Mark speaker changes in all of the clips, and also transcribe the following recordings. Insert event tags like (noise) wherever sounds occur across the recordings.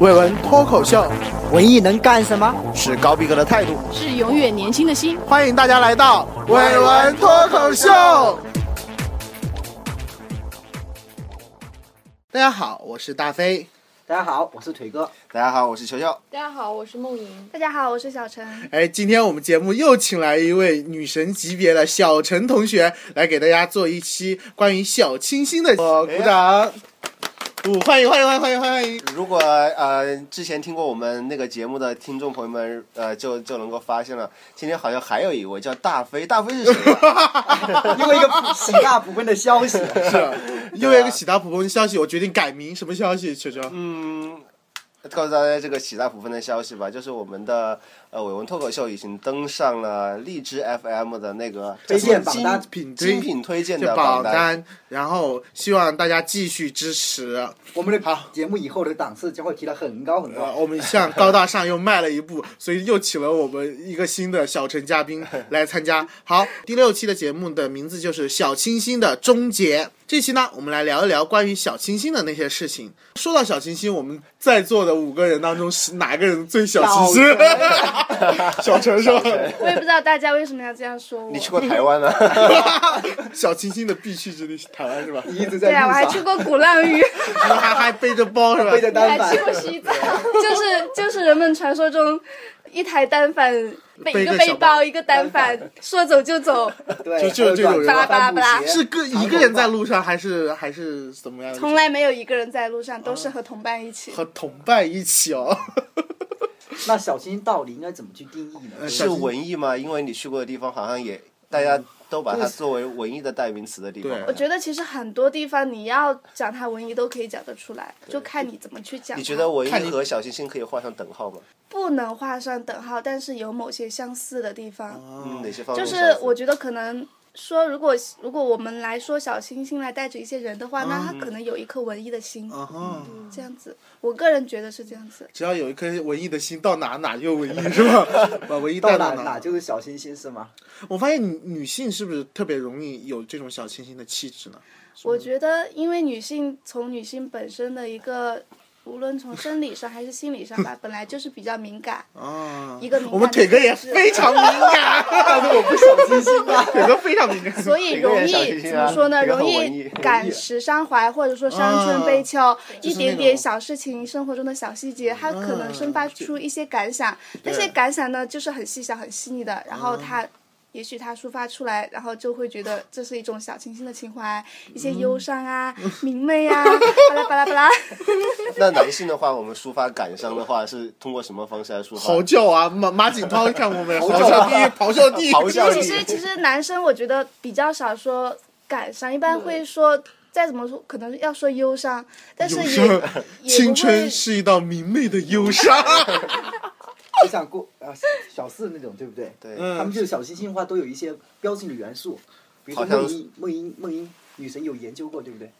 Speaker 1: 伟文脱口秀
Speaker 2: 文艺能干什么？
Speaker 1: 是高逼格的态度，
Speaker 3: 是永远年轻的心。
Speaker 1: 欢迎大家来到伟文脱口秀。大家好，我是大飞。
Speaker 2: 大家好，我是腿哥。
Speaker 4: 大家好，我是球球。
Speaker 5: 大家好，我是梦莹。
Speaker 6: 大家好，我是小陈。
Speaker 1: 哎，今天我们节目又请来一位女神级别的小陈同学来给大家做一期关于小清新的。
Speaker 4: 哎
Speaker 1: 我鼓掌。哦，欢迎欢迎欢迎欢迎！
Speaker 4: 如果呃之前听过我们那个节目的听众朋友们，呃就就能够发现了，今天好像还有一位叫大飞，大飞是 (laughs) 谁啊？
Speaker 2: 因为一个喜大普奔的消息，
Speaker 1: 又有一个喜大普通的消息，我决定改名，什么消息？球球，
Speaker 4: 嗯，告诉大家这个喜大普奔的消息吧，就是我们的呃伟文脱口秀已经登上了荔枝 FM 的那个
Speaker 2: 推荐榜单
Speaker 4: 精
Speaker 1: 品推
Speaker 4: 精品推荐
Speaker 1: 这
Speaker 4: 的
Speaker 1: 榜
Speaker 4: 单。
Speaker 1: 单，然后希望大家继续支持。
Speaker 2: 我们的节目以后的档次将会提得很高很
Speaker 1: 呃，
Speaker 2: 高。
Speaker 1: 我们向高大上又迈了一步，所以又请了我们一个新的小陈嘉宾来参加。好，第六期的节目的名字就是《小清新的终结》。这期呢，我们来聊一聊关于小清新的那些事情。说到小清新，我们在座的五个人当中，是哪个人最小清 (laughs) 新？小陈是吧？
Speaker 6: 我也不知道大家为什么要这样说我
Speaker 4: 你。去过台 (laughs) 湾了？
Speaker 1: 小清新的必去之地是台湾是吧？
Speaker 2: 你一直在
Speaker 6: 对啊，我
Speaker 2: 路
Speaker 6: 还
Speaker 2: 上，
Speaker 6: 去过鼓浪屿，
Speaker 1: 还还背着包是吧？
Speaker 2: 背着单
Speaker 5: 还
Speaker 2: 反
Speaker 5: 去，过西藏，
Speaker 6: (laughs) 就是就是人们传说中一台单反，背
Speaker 1: 背
Speaker 6: 一
Speaker 1: 着
Speaker 6: 个背
Speaker 1: 小包
Speaker 6: 包，一个单反，说走就走，
Speaker 2: 对，
Speaker 1: 就就这种人
Speaker 2: 短发
Speaker 6: 巴拉巴拉
Speaker 2: 帆布鞋
Speaker 1: 是个一个人在路上，还是还是怎么样？
Speaker 6: 从来没有一个人在路上，都是和同伴一起。
Speaker 1: 和同伴一起哦。
Speaker 2: 那小清新到底应该怎么去定义
Speaker 1: 呃
Speaker 2: 呢？
Speaker 4: 是文艺吗？因为你去过的地方好像也大家都把它作为文艺的代名词的地方
Speaker 1: 对。
Speaker 6: 我觉得其实很多地方你要讲它文艺都可以讲得出来，就看你怎么去讲它。
Speaker 4: 你觉得文
Speaker 1: 看
Speaker 4: 艺
Speaker 1: 你
Speaker 4: 和小清新可以画上等号吗？
Speaker 6: 不能画上等号，但是有某些相似的地方。
Speaker 4: 嗯，哪些方
Speaker 6: 就
Speaker 4: 面
Speaker 6: 是
Speaker 4: 相似？
Speaker 6: 我觉得可能说，如果如果我们来说小清新来带着一些人的话，那他可能有一颗文艺的心，
Speaker 1: 啊哈，
Speaker 6: 这样子，我个人觉得是这样子。
Speaker 1: 只要有一颗文艺的心，到哪哪就文
Speaker 6: (laughs)
Speaker 1: 艺是吧？把文艺带
Speaker 2: 到
Speaker 1: 到
Speaker 2: 哪哪就是小清新是吗？
Speaker 1: 我发现女女性是不是特别容易有这种小清新的气质呢？
Speaker 6: 我觉得，因为女性从女性本身的一个，无论从生理上还是心理上吧，本来就是比较敏感，
Speaker 1: 啊，
Speaker 6: 一个敏感的
Speaker 1: 我们腿哥也
Speaker 6: 体质
Speaker 1: 非常敏
Speaker 6: (laughs)
Speaker 1: 感，
Speaker 2: 但是我不小清新啊。
Speaker 1: 腿哥非常敏感。
Speaker 6: 所以
Speaker 4: 每个人
Speaker 6: 容
Speaker 4: 小
Speaker 6: 易
Speaker 4: 清新
Speaker 6: 怎
Speaker 4: 啊
Speaker 6: 么说呢？
Speaker 4: 每个人
Speaker 6: 容
Speaker 4: 很文艺
Speaker 6: 易
Speaker 4: (laughs)
Speaker 6: 感时伤怀，或者说伤春悲秋，一
Speaker 1: 啊是那
Speaker 6: 点
Speaker 1: 种啊
Speaker 6: 点小事情，生活中的小细节，他可能生发出一些感想。那些感想呢，就是很细小、很细腻的，然后
Speaker 1: 啊
Speaker 6: 他。也许他抒发出来，然后就会觉得这是一种小清新的情怀，一些
Speaker 1: 嗯
Speaker 6: 忧伤啊、明媚啊，巴拉巴拉巴
Speaker 1: (laughs)
Speaker 6: 拉。
Speaker 4: 那男性的话，我们抒发感伤的话，是通过什么方式来抒发？
Speaker 1: 嚎叫啊，马马景涛看过没？咆哮帝，咆哮帝，
Speaker 4: 咆哮
Speaker 6: (laughs) 其
Speaker 4: 帝
Speaker 6: 实其实男生我觉得比较少说感伤，一般会说再怎么说可能要说忧伤，但是 (laughs)
Speaker 1: 有
Speaker 6: 也
Speaker 1: 时候
Speaker 6: 也
Speaker 1: 青
Speaker 6: 不会
Speaker 1: 春是一道明媚的忧
Speaker 6: (laughs)
Speaker 1: 伤。
Speaker 2: 就像过啊小四那种，对不对？
Speaker 4: 对
Speaker 2: 他们就是小清新的话，都有一些标志性元素，比如说
Speaker 4: 好像
Speaker 2: 梦莹梦莹梦莹女神有研究过，对不对？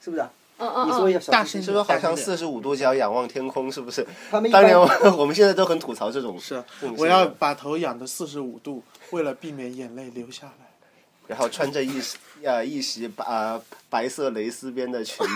Speaker 2: 是不是啊？
Speaker 5: 嗯嗯
Speaker 2: 你说一
Speaker 5: 嗯，
Speaker 2: 下小清
Speaker 4: 是
Speaker 2: 新
Speaker 4: 不是好像四十五度角仰望天空？是不是？
Speaker 2: 他们一
Speaker 4: 当
Speaker 2: 般
Speaker 4: 年我 (laughs) 我们现在都很吐槽这种，
Speaker 1: 是啊
Speaker 4: 这种，
Speaker 1: 我
Speaker 4: 行为
Speaker 1: 要把头仰的四十五度，为了避免眼泪流下
Speaker 6: (laughs)
Speaker 1: 来。
Speaker 4: 然后穿着一呃一袭白、呃、白色蕾丝边的裙子，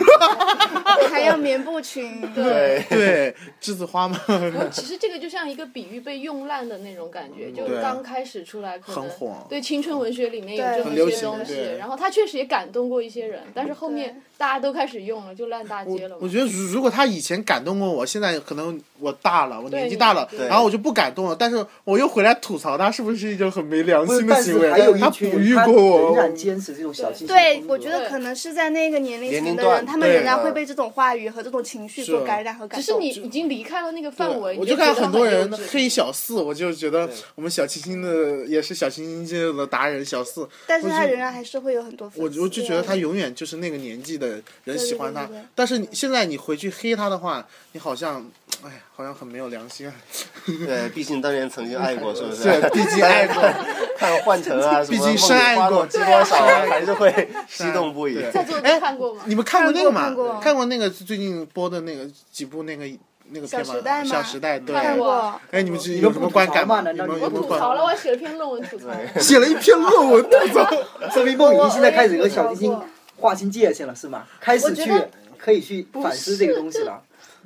Speaker 6: 还有棉布 (laughs) 裙，
Speaker 4: 对，
Speaker 1: 对，栀子花嘛，
Speaker 5: 我其实这个就像一个比喻被用烂的那种感觉，就
Speaker 1: 对
Speaker 5: 刚开始出来可能
Speaker 1: 嗯很火
Speaker 5: 对青春文学里面有
Speaker 6: 对
Speaker 5: 这
Speaker 6: 很
Speaker 5: 么
Speaker 1: 流
Speaker 5: 一些
Speaker 1: 行
Speaker 5: 东西
Speaker 1: 对，
Speaker 5: 然后它确实也感动过一些人，但是后面
Speaker 6: 对
Speaker 5: 大家都开始用了，就烂大街了
Speaker 1: 我
Speaker 5: 嘛。
Speaker 1: 觉得如如果他以前感动过我，现在可能我大了，我
Speaker 5: 对
Speaker 1: 年纪大了
Speaker 5: 你，
Speaker 1: 然后我就不感动了。但是我又回来吐槽他，是不是一种很没良
Speaker 2: 不是
Speaker 1: 心的
Speaker 2: 但
Speaker 1: 行
Speaker 2: 是
Speaker 1: 为
Speaker 2: 还有？一
Speaker 1: 他
Speaker 2: 群
Speaker 1: 哺育
Speaker 2: 人，他
Speaker 1: 过我
Speaker 2: 仍，然坚持这种小清新的
Speaker 6: 对
Speaker 2: 风，格
Speaker 6: 我觉得可能是在那个年龄层
Speaker 4: 年龄
Speaker 6: 的
Speaker 4: 段
Speaker 6: 人，他们
Speaker 1: 对
Speaker 6: 仍然
Speaker 4: 啊
Speaker 6: 会被这种话语和这种情绪所
Speaker 1: 是
Speaker 6: 感染和感
Speaker 5: 只
Speaker 6: 动。
Speaker 5: 是你已经离开了那个范围，
Speaker 1: 我
Speaker 5: 你
Speaker 1: 就
Speaker 5: 就
Speaker 1: 看
Speaker 5: 觉得
Speaker 1: 很多
Speaker 5: 幼
Speaker 1: 人
Speaker 5: 稚
Speaker 1: 黑小四，我就觉得我们小清新的也是小清新界的达人小四，
Speaker 6: 但是
Speaker 1: 我
Speaker 6: 他
Speaker 1: 就
Speaker 6: 仍然还是会有很多粉
Speaker 1: 我
Speaker 6: 丝。
Speaker 1: 我就觉得他永远就是那个年纪的人喜欢他
Speaker 6: 对对对对对，
Speaker 1: 但是你现在你回去黑他的话，你好像，哎呀，好像很没有良心啊。
Speaker 4: 对，毕竟当年曾经爱过，是不是？
Speaker 1: (laughs) 对毕竟爱过，
Speaker 4: (laughs) 看换乘啊，
Speaker 1: 啊
Speaker 4: 什么
Speaker 1: 毕竟深爱过
Speaker 4: 梦里花落知多少啊，还是会激动不已
Speaker 1: 对。
Speaker 5: 在座都看过吗？
Speaker 1: 哎你们看过那个吗？
Speaker 6: 看过看过
Speaker 1: 那个最近播的那个几部那个那个片吗？
Speaker 6: 小时代吗
Speaker 1: 小时代对。
Speaker 6: 看过，
Speaker 1: 哎，你们是
Speaker 2: 你
Speaker 1: 有
Speaker 2: 们
Speaker 1: 什
Speaker 2: 不
Speaker 1: 么观感
Speaker 2: 吐槽吗
Speaker 1: 你
Speaker 2: 难道
Speaker 1: 们
Speaker 2: 你
Speaker 1: 有
Speaker 5: 我
Speaker 1: 什么
Speaker 5: 吐
Speaker 1: 观
Speaker 5: 槽了，我写了篇论文吐槽。
Speaker 1: 写了一篇论文吐槽。
Speaker 2: (laughs) 说明梦莹现在开始和小清
Speaker 6: 我
Speaker 2: 新
Speaker 6: 我
Speaker 2: 划清界限了，是吗？开始
Speaker 6: 我觉
Speaker 2: 去
Speaker 6: 得
Speaker 2: 可以去反思这个东西了。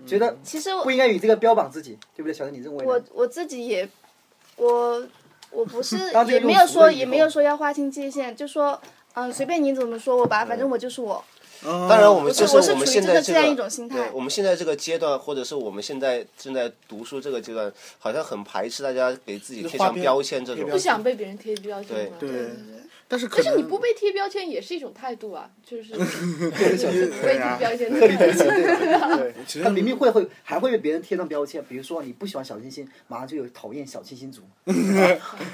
Speaker 2: 觉得
Speaker 6: 其实
Speaker 2: 不应该以这个标榜自己，对不对？小陈，你认为呢？
Speaker 6: 我我自己也，我我不是
Speaker 2: 当这个
Speaker 6: 也
Speaker 2: 用
Speaker 6: 没有
Speaker 2: 词
Speaker 6: 说
Speaker 2: 了以
Speaker 6: 也
Speaker 2: 后
Speaker 6: 没有说要划清界限，就说嗯随便你怎么说我吧，反正我就是我。
Speaker 1: 当
Speaker 4: 当然，我们
Speaker 6: 是
Speaker 4: 就
Speaker 6: 我是
Speaker 4: 我
Speaker 6: 处
Speaker 4: 们
Speaker 6: 于
Speaker 4: 现
Speaker 6: 这个
Speaker 4: 在
Speaker 6: 这
Speaker 4: 这
Speaker 6: 样一
Speaker 4: 个
Speaker 6: 种，心
Speaker 4: 对
Speaker 6: 态，
Speaker 4: 我们现在这个阶段，或者是我们现在正在读书这个阶段，好像很排斥大家给自己贴
Speaker 1: 画
Speaker 4: 上
Speaker 1: 边
Speaker 4: 标签这
Speaker 1: 贴
Speaker 4: 种
Speaker 1: 标
Speaker 5: 不。想被别人贴标签嘛。
Speaker 1: 对
Speaker 5: 对。，
Speaker 1: 但是可
Speaker 5: 但
Speaker 1: 能
Speaker 5: 是你不被贴标签也是一种态度啊，就是不 (laughs)
Speaker 1: 对啊
Speaker 5: 被贴
Speaker 1: 呀
Speaker 5: 标签
Speaker 2: 合理
Speaker 5: 的
Speaker 2: 的
Speaker 5: 态度。
Speaker 2: 对，
Speaker 1: 其实
Speaker 2: 他明明会会还会被别人贴上标签，比如说你不喜欢小清新，马上就有讨厌小清新族。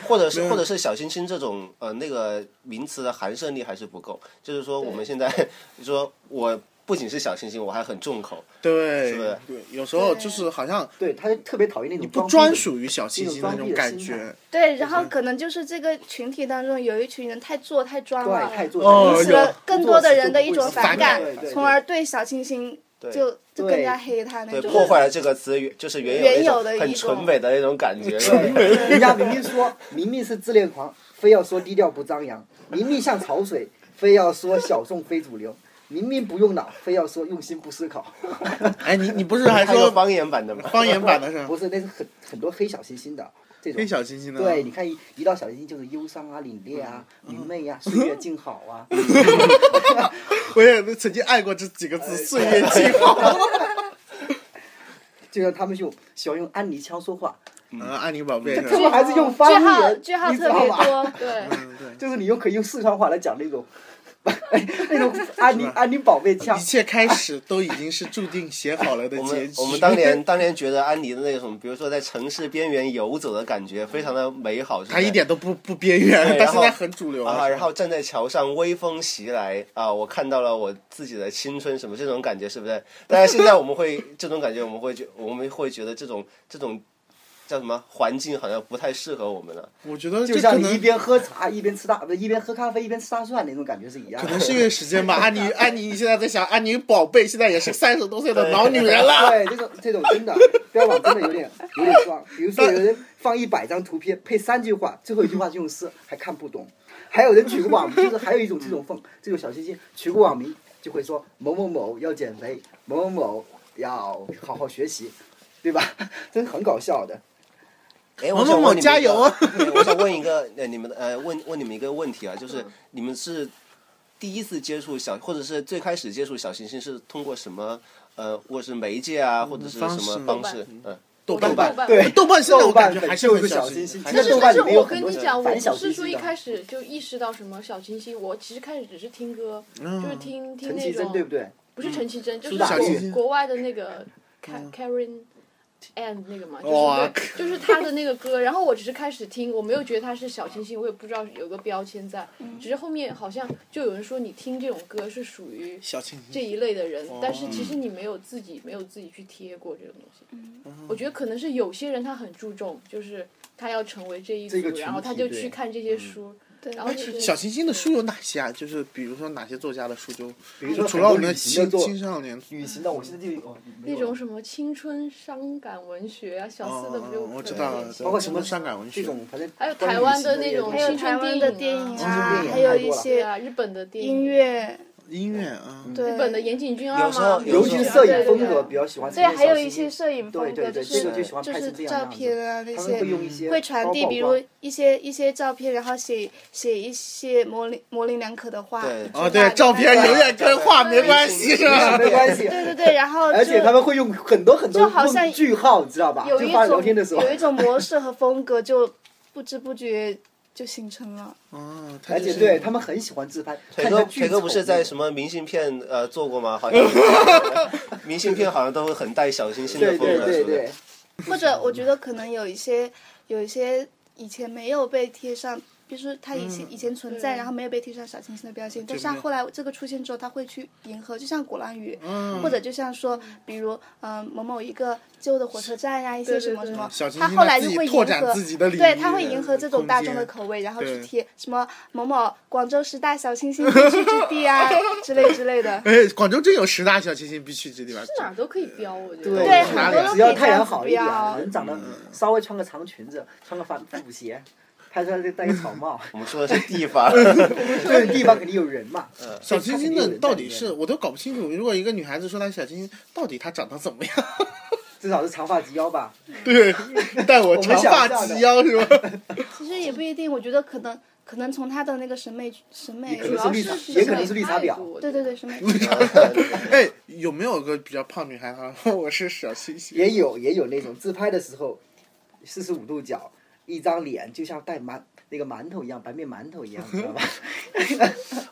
Speaker 4: 或者是或者是小清新这种呃那个名词的含摄力还是不够，就是说我们现在 (laughs) 说我不仅是小清新，我还很重口，
Speaker 1: 对
Speaker 4: 是不是
Speaker 1: 对，有时候就是好像
Speaker 2: 对，他就特别讨厌那种
Speaker 1: 不
Speaker 2: 装逼
Speaker 1: 专
Speaker 2: 的
Speaker 1: 属于小清新的那种感觉，
Speaker 6: 对，然后可能就是这个群体当中有一群人太做太装
Speaker 2: 对
Speaker 6: 了，
Speaker 2: 太做
Speaker 1: 哦
Speaker 6: 引起
Speaker 1: 有
Speaker 6: 了更多的人的一种
Speaker 1: 反
Speaker 6: 感
Speaker 1: 感，
Speaker 6: 从而对小清新
Speaker 4: 对
Speaker 6: 就就更加
Speaker 2: 对
Speaker 6: 黑他那
Speaker 4: 对，
Speaker 6: 种。
Speaker 4: 破坏了这个词原就是原
Speaker 6: 原有
Speaker 4: 有
Speaker 6: 的
Speaker 4: 那种
Speaker 6: 一
Speaker 4: 很
Speaker 6: 种
Speaker 4: 纯美的那种感觉。
Speaker 2: (laughs) 人家明明说明明是自恋狂，非要说低调不张扬；明明像潮水，非要说小众非主流；明明不用脑，非要说用心不思考。
Speaker 1: 哎，你你不是还
Speaker 4: 还有
Speaker 1: 说
Speaker 4: 方言版的吗？
Speaker 1: 方言版的是吧
Speaker 2: 不是，那是很很多黑小清新的这种
Speaker 1: 黑。小清新的？
Speaker 2: 对，你看一一到小清新就是忧伤啊、凛冽啊、
Speaker 1: 嗯
Speaker 2: 明媚啊、岁月静好啊。
Speaker 1: 我也曾经爱过这几个字，岁月静好。
Speaker 2: 就像他们用喜欢用安妮腔说话，
Speaker 1: 嗯，爱你宝贝是
Speaker 2: 他
Speaker 1: 吧？
Speaker 2: 们还是用方
Speaker 6: 句号
Speaker 2: 言，
Speaker 6: 句号
Speaker 2: 你知
Speaker 6: 特
Speaker 2: 道
Speaker 6: 别
Speaker 2: 吧？ (laughs)
Speaker 6: 多，
Speaker 5: 对，
Speaker 2: 就是你用可以用四川话来讲那种， (laughs) 哎那种安妮安妮宝贝腔
Speaker 1: 一。切开始都已经是注定写好了的
Speaker 4: 我
Speaker 1: 结
Speaker 4: 们
Speaker 1: 局。
Speaker 4: 我们当年当年觉得安妮的那种，比如说在城市边缘游走的感觉，非常的美好。是不
Speaker 1: 他
Speaker 4: 是
Speaker 1: 一点都不不边缘，
Speaker 4: 对
Speaker 1: (laughs) 他
Speaker 4: 然
Speaker 1: 现
Speaker 4: 后
Speaker 1: 在很主流
Speaker 4: 啊，然后站在桥上，微风袭来啊，我看到了我自己的青春，什么这种感觉是不是？但是现在我们会这种感觉，我们会觉 (laughs) 我们会觉得这种这种叫什么环境好像不太适合我们了。
Speaker 1: 我觉得这
Speaker 2: 就
Speaker 1: 可
Speaker 2: 像你一
Speaker 1: 能
Speaker 2: 边喝茶一边吃大，不是一边喝咖啡一边吃大蒜那种感觉是一样
Speaker 1: 可
Speaker 2: 的。
Speaker 1: 能是因为时
Speaker 2: (laughs)
Speaker 1: 间吧。安妮安妮现在在想，安妮宝贝现在也是三十多岁的老女人了。
Speaker 2: 对，这种这种真的标榜真的有点有点装。比如说有人放一百张图片配三句话，最后一句话是用诗，还看不懂。还有人取个网名，就是还有一种这种凤，这种小清新取个网名就会说某某某要减肥，某某某要好好学习，对吧？真的很搞笑的。
Speaker 4: 哎，
Speaker 1: 某
Speaker 4: 我
Speaker 1: 某
Speaker 4: 想
Speaker 1: 某
Speaker 4: 问你们一个
Speaker 1: 加油啊！
Speaker 4: (laughs) 对我想问一个呃，你们的呃问问你们一个问题啊，就是你们是第一次接触小，或者是最开始接触小行星是通过什么呃，或者是媒介啊，或者是
Speaker 1: 方
Speaker 4: 什么
Speaker 1: 式
Speaker 4: 方式？嗯，
Speaker 1: 豆
Speaker 5: 豆
Speaker 1: 瓣，哎
Speaker 5: 瓣
Speaker 2: 对
Speaker 1: 豆瓣现在我
Speaker 2: 豆瓣
Speaker 1: 感觉还是
Speaker 2: 就是
Speaker 1: 很
Speaker 2: 小
Speaker 1: 清
Speaker 2: 清
Speaker 1: 新
Speaker 2: 新，
Speaker 1: 还
Speaker 5: 但
Speaker 1: 是
Speaker 5: 是
Speaker 2: 豆
Speaker 5: 但
Speaker 2: 瓣
Speaker 5: 是
Speaker 2: 里面有
Speaker 5: 我
Speaker 2: 很
Speaker 5: 跟
Speaker 2: 多
Speaker 5: 你
Speaker 2: 是
Speaker 5: 讲，我
Speaker 2: 反小
Speaker 5: 不
Speaker 2: 清
Speaker 5: 是说
Speaker 2: 新
Speaker 5: 一
Speaker 2: 的
Speaker 5: 开始就意识到什么小清新，我其实开始只是听歌，
Speaker 1: 嗯
Speaker 5: 就是听听
Speaker 2: 嗯陈
Speaker 5: 那
Speaker 2: 绮贞对不嗯
Speaker 5: 种，
Speaker 2: 对？
Speaker 5: 不是陈绮贞，就是
Speaker 2: 苏打绿
Speaker 5: 国国外的那个
Speaker 2: 嗯
Speaker 5: Ka- Karen。and 那个嘛，就
Speaker 1: 哇
Speaker 5: 是对就是他的那个歌，然后我只是开始听，我没有觉得他是小清新，我也不知道有个标签在，只是后面好像就有人说你听这种歌是属于
Speaker 1: 小清
Speaker 5: 这
Speaker 1: 新。哎
Speaker 5: 一类的人，
Speaker 2: 哦
Speaker 5: 但是其实你没有自己没有自己去贴过这种东西。
Speaker 6: 嗯
Speaker 5: 我觉得可能是有些人他很注重，就是他要成为这一
Speaker 2: 这个
Speaker 5: 组，
Speaker 2: 群
Speaker 5: 然后他
Speaker 2: 体
Speaker 5: 就
Speaker 2: 对嗯
Speaker 5: 去看这些书，
Speaker 6: 对
Speaker 5: 然后其实
Speaker 1: 小清新的书有哪些啊？就是比如说哪些作家的书就，
Speaker 2: 比如
Speaker 1: 就
Speaker 2: 说
Speaker 1: 除了我们的
Speaker 2: 很多旅行
Speaker 1: 青
Speaker 2: 的作
Speaker 1: 青少年，
Speaker 2: 旅行的，我现在就有哦没有
Speaker 5: 那种什么青春伤感文学啊，小四的不就
Speaker 1: 哦我知
Speaker 5: 可能
Speaker 1: 道
Speaker 5: 有
Speaker 1: 了
Speaker 5: 一些
Speaker 1: 对
Speaker 2: 包括什么
Speaker 1: 香港文学
Speaker 2: 这种，反正
Speaker 5: 还有
Speaker 2: 关于
Speaker 5: 台湾
Speaker 2: 旅行
Speaker 5: 的
Speaker 2: 的
Speaker 5: 那
Speaker 2: 也有
Speaker 5: 种
Speaker 6: 还有
Speaker 5: 青春
Speaker 6: 台湾的电影
Speaker 5: 电
Speaker 2: 啊青
Speaker 6: 啊，
Speaker 2: 春电影
Speaker 6: 还有
Speaker 2: 太多
Speaker 6: 一
Speaker 2: 了
Speaker 5: 对
Speaker 6: 些
Speaker 5: 啊，日本的电影
Speaker 6: 音，乐，
Speaker 1: 音乐啊，嗯
Speaker 6: 对
Speaker 5: 日本的岩井俊
Speaker 4: 有
Speaker 5: 二
Speaker 4: 时候
Speaker 5: 嘛，
Speaker 4: 有
Speaker 2: 尤
Speaker 4: 时候
Speaker 2: 其摄
Speaker 5: 对
Speaker 2: 影风
Speaker 5: 对
Speaker 2: 格
Speaker 5: 对
Speaker 2: 比较喜欢这
Speaker 6: 对，
Speaker 2: 些小清新。
Speaker 6: 还有一些摄影风
Speaker 2: 对
Speaker 6: 格，
Speaker 2: 对
Speaker 6: 就
Speaker 2: 对，
Speaker 6: 是
Speaker 2: 这个就喜欢
Speaker 6: 就
Speaker 2: 拍
Speaker 6: 是
Speaker 2: 成这样
Speaker 6: 照
Speaker 2: 的
Speaker 6: 片
Speaker 2: 样子。
Speaker 6: 啊
Speaker 2: 他
Speaker 6: 那
Speaker 2: 们会
Speaker 6: 些。
Speaker 2: 用一些
Speaker 6: 会传递，
Speaker 2: 高曝
Speaker 6: 比
Speaker 2: 光
Speaker 6: 如一些一些照片，然后写写一些模棱模棱两可的话。
Speaker 4: 对
Speaker 6: 一句
Speaker 1: 哦，
Speaker 6: 话
Speaker 1: 对，照片
Speaker 6: 就
Speaker 1: 永远跟画没关系是吧？
Speaker 2: 没关系。
Speaker 6: (laughs) 对对对，然
Speaker 2: (laughs)
Speaker 6: 后
Speaker 2: 而
Speaker 6: 就
Speaker 2: 且他们会用很多很多
Speaker 6: 就好像
Speaker 2: 用句号，你知道吧？
Speaker 6: 有
Speaker 2: 就
Speaker 6: 一
Speaker 2: 发
Speaker 6: 种
Speaker 2: 聊天的时候，
Speaker 6: 有一种模式和风格，就不知不觉就形成了。
Speaker 1: 哦，他
Speaker 2: (laughs) 而
Speaker 1: 就
Speaker 2: 且
Speaker 1: 是
Speaker 2: 对他们很喜欢自拍。
Speaker 4: (laughs)
Speaker 2: (laughs)
Speaker 4: 腿
Speaker 2: 看
Speaker 4: 哥，
Speaker 2: 着巨
Speaker 4: 腿哥不是
Speaker 2: 丑
Speaker 4: 在
Speaker 2: 那
Speaker 4: 什
Speaker 2: 种
Speaker 4: 么明信片呃做过吗？
Speaker 2: (laughs)
Speaker 4: 好像明信片好像都会很带小清新的
Speaker 2: 对
Speaker 4: 风
Speaker 2: 对
Speaker 4: 格，是
Speaker 2: 对
Speaker 4: 不是
Speaker 2: 对？，
Speaker 6: 或者我觉得可能有一些有一些以前没有被贴上，比如说他以前、以前存在，
Speaker 5: 对
Speaker 6: 然后没有被贴上小清新的标签，但
Speaker 1: 嗯
Speaker 6: 是
Speaker 1: 没
Speaker 6: 他
Speaker 1: 有
Speaker 6: 后来这个出现之后，他会去迎合，就像鼓浪屿，
Speaker 1: 嗯
Speaker 6: 或者就像说，比如嗯、呃某某一个旧的火车站呀、一些
Speaker 5: 对
Speaker 6: 什么
Speaker 5: 对
Speaker 6: 什
Speaker 5: 对
Speaker 6: 么
Speaker 1: 小，清
Speaker 6: 他
Speaker 1: 新
Speaker 6: 后
Speaker 1: 的
Speaker 6: 来
Speaker 1: 自
Speaker 6: 就
Speaker 1: 己
Speaker 6: 会迎
Speaker 1: 拓展
Speaker 6: 合
Speaker 1: 自己的领域
Speaker 6: 对，他会迎合这种
Speaker 1: 空
Speaker 6: 大众
Speaker 1: 间
Speaker 6: 的口味，然后
Speaker 1: 对
Speaker 6: 去贴什么某某广州十大小清新必去之地
Speaker 1: (laughs)
Speaker 6: 啊之类之类的。
Speaker 1: 哎，广州真有十大小清新必去之地吧？
Speaker 2: 啊
Speaker 5: 哪儿都可以标，我觉得。
Speaker 1: 对
Speaker 2: 只
Speaker 1: 很多
Speaker 2: 要
Speaker 1: 都
Speaker 2: 只要
Speaker 6: 可以这
Speaker 2: 太
Speaker 6: 样
Speaker 2: 阳
Speaker 4: 嗯
Speaker 6: 子
Speaker 2: 好一点
Speaker 6: 标，
Speaker 2: 人长得稍微穿个长裙子，穿个帆布鞋，他说他戴个草帽， (laughs)
Speaker 4: 我们说的是地方， (laughs)
Speaker 2: 这个地方肯定有人嘛。
Speaker 4: 嗯
Speaker 1: 小清新的到底是我都搞不清楚。如果一个女孩子说她小清新，到底她长得怎么样？ (laughs)
Speaker 2: 至少是长发及腰吧？
Speaker 1: 对，但我
Speaker 2: 我们
Speaker 1: 长
Speaker 2: 想
Speaker 1: 发
Speaker 2: 象的
Speaker 1: 及腰是吧？
Speaker 2: (laughs)
Speaker 6: 其实也不一定，我觉得可能可能从他的那个审美审美
Speaker 2: 可
Speaker 5: 主
Speaker 2: 能是
Speaker 5: 要是
Speaker 2: 绿茶
Speaker 5: 审
Speaker 2: 也可
Speaker 5: 美
Speaker 2: 能是绿茶
Speaker 5: 态
Speaker 2: 婊
Speaker 5: 度我
Speaker 6: 对
Speaker 5: 觉
Speaker 6: 对
Speaker 5: 得
Speaker 6: 对审美。
Speaker 1: 哎，有没有个比较胖女孩她说我是小清新？
Speaker 2: 也有也有那种自拍的时候，四十五度角，一张脸就像带馒那个馒头一样，白面馒头一
Speaker 1: (laughs)
Speaker 2: 样，你知道吧？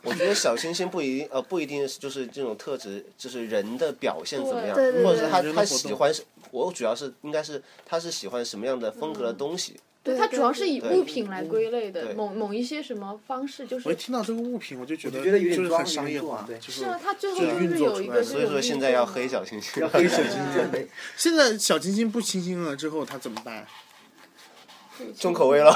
Speaker 4: 我觉得小清新不一定呃不一定是就是这种特质，就是人的表现怎么样，
Speaker 6: 对对对
Speaker 4: 或者是他
Speaker 1: 人的
Speaker 4: 他
Speaker 1: 活动
Speaker 4: 喜欢是，我主要是应该是他是喜欢什么样的风格的东西。
Speaker 6: 嗯对
Speaker 5: 它主要是以
Speaker 4: 对
Speaker 5: 物品来归类的，
Speaker 4: 对
Speaker 5: 某某一些什么方式就
Speaker 1: 我一
Speaker 5: 是。
Speaker 1: 听到这个物品，我就觉得
Speaker 2: 我就觉得有点
Speaker 1: 就是
Speaker 2: 装
Speaker 1: 很商业化
Speaker 2: 有点做对，
Speaker 1: 就是
Speaker 5: 是啊，它最后
Speaker 1: 是
Speaker 5: 就是
Speaker 1: 运作
Speaker 5: 有一
Speaker 1: 出来
Speaker 5: 个
Speaker 1: 的
Speaker 5: 这
Speaker 4: 所以
Speaker 5: 种
Speaker 4: 说现在要黑小清新
Speaker 2: 要，黑
Speaker 4: (laughs)
Speaker 2: 手巾准备，
Speaker 1: 现在小清新不清新了之后，她怎么
Speaker 2: (laughs)
Speaker 1: 办？
Speaker 4: 重口味了。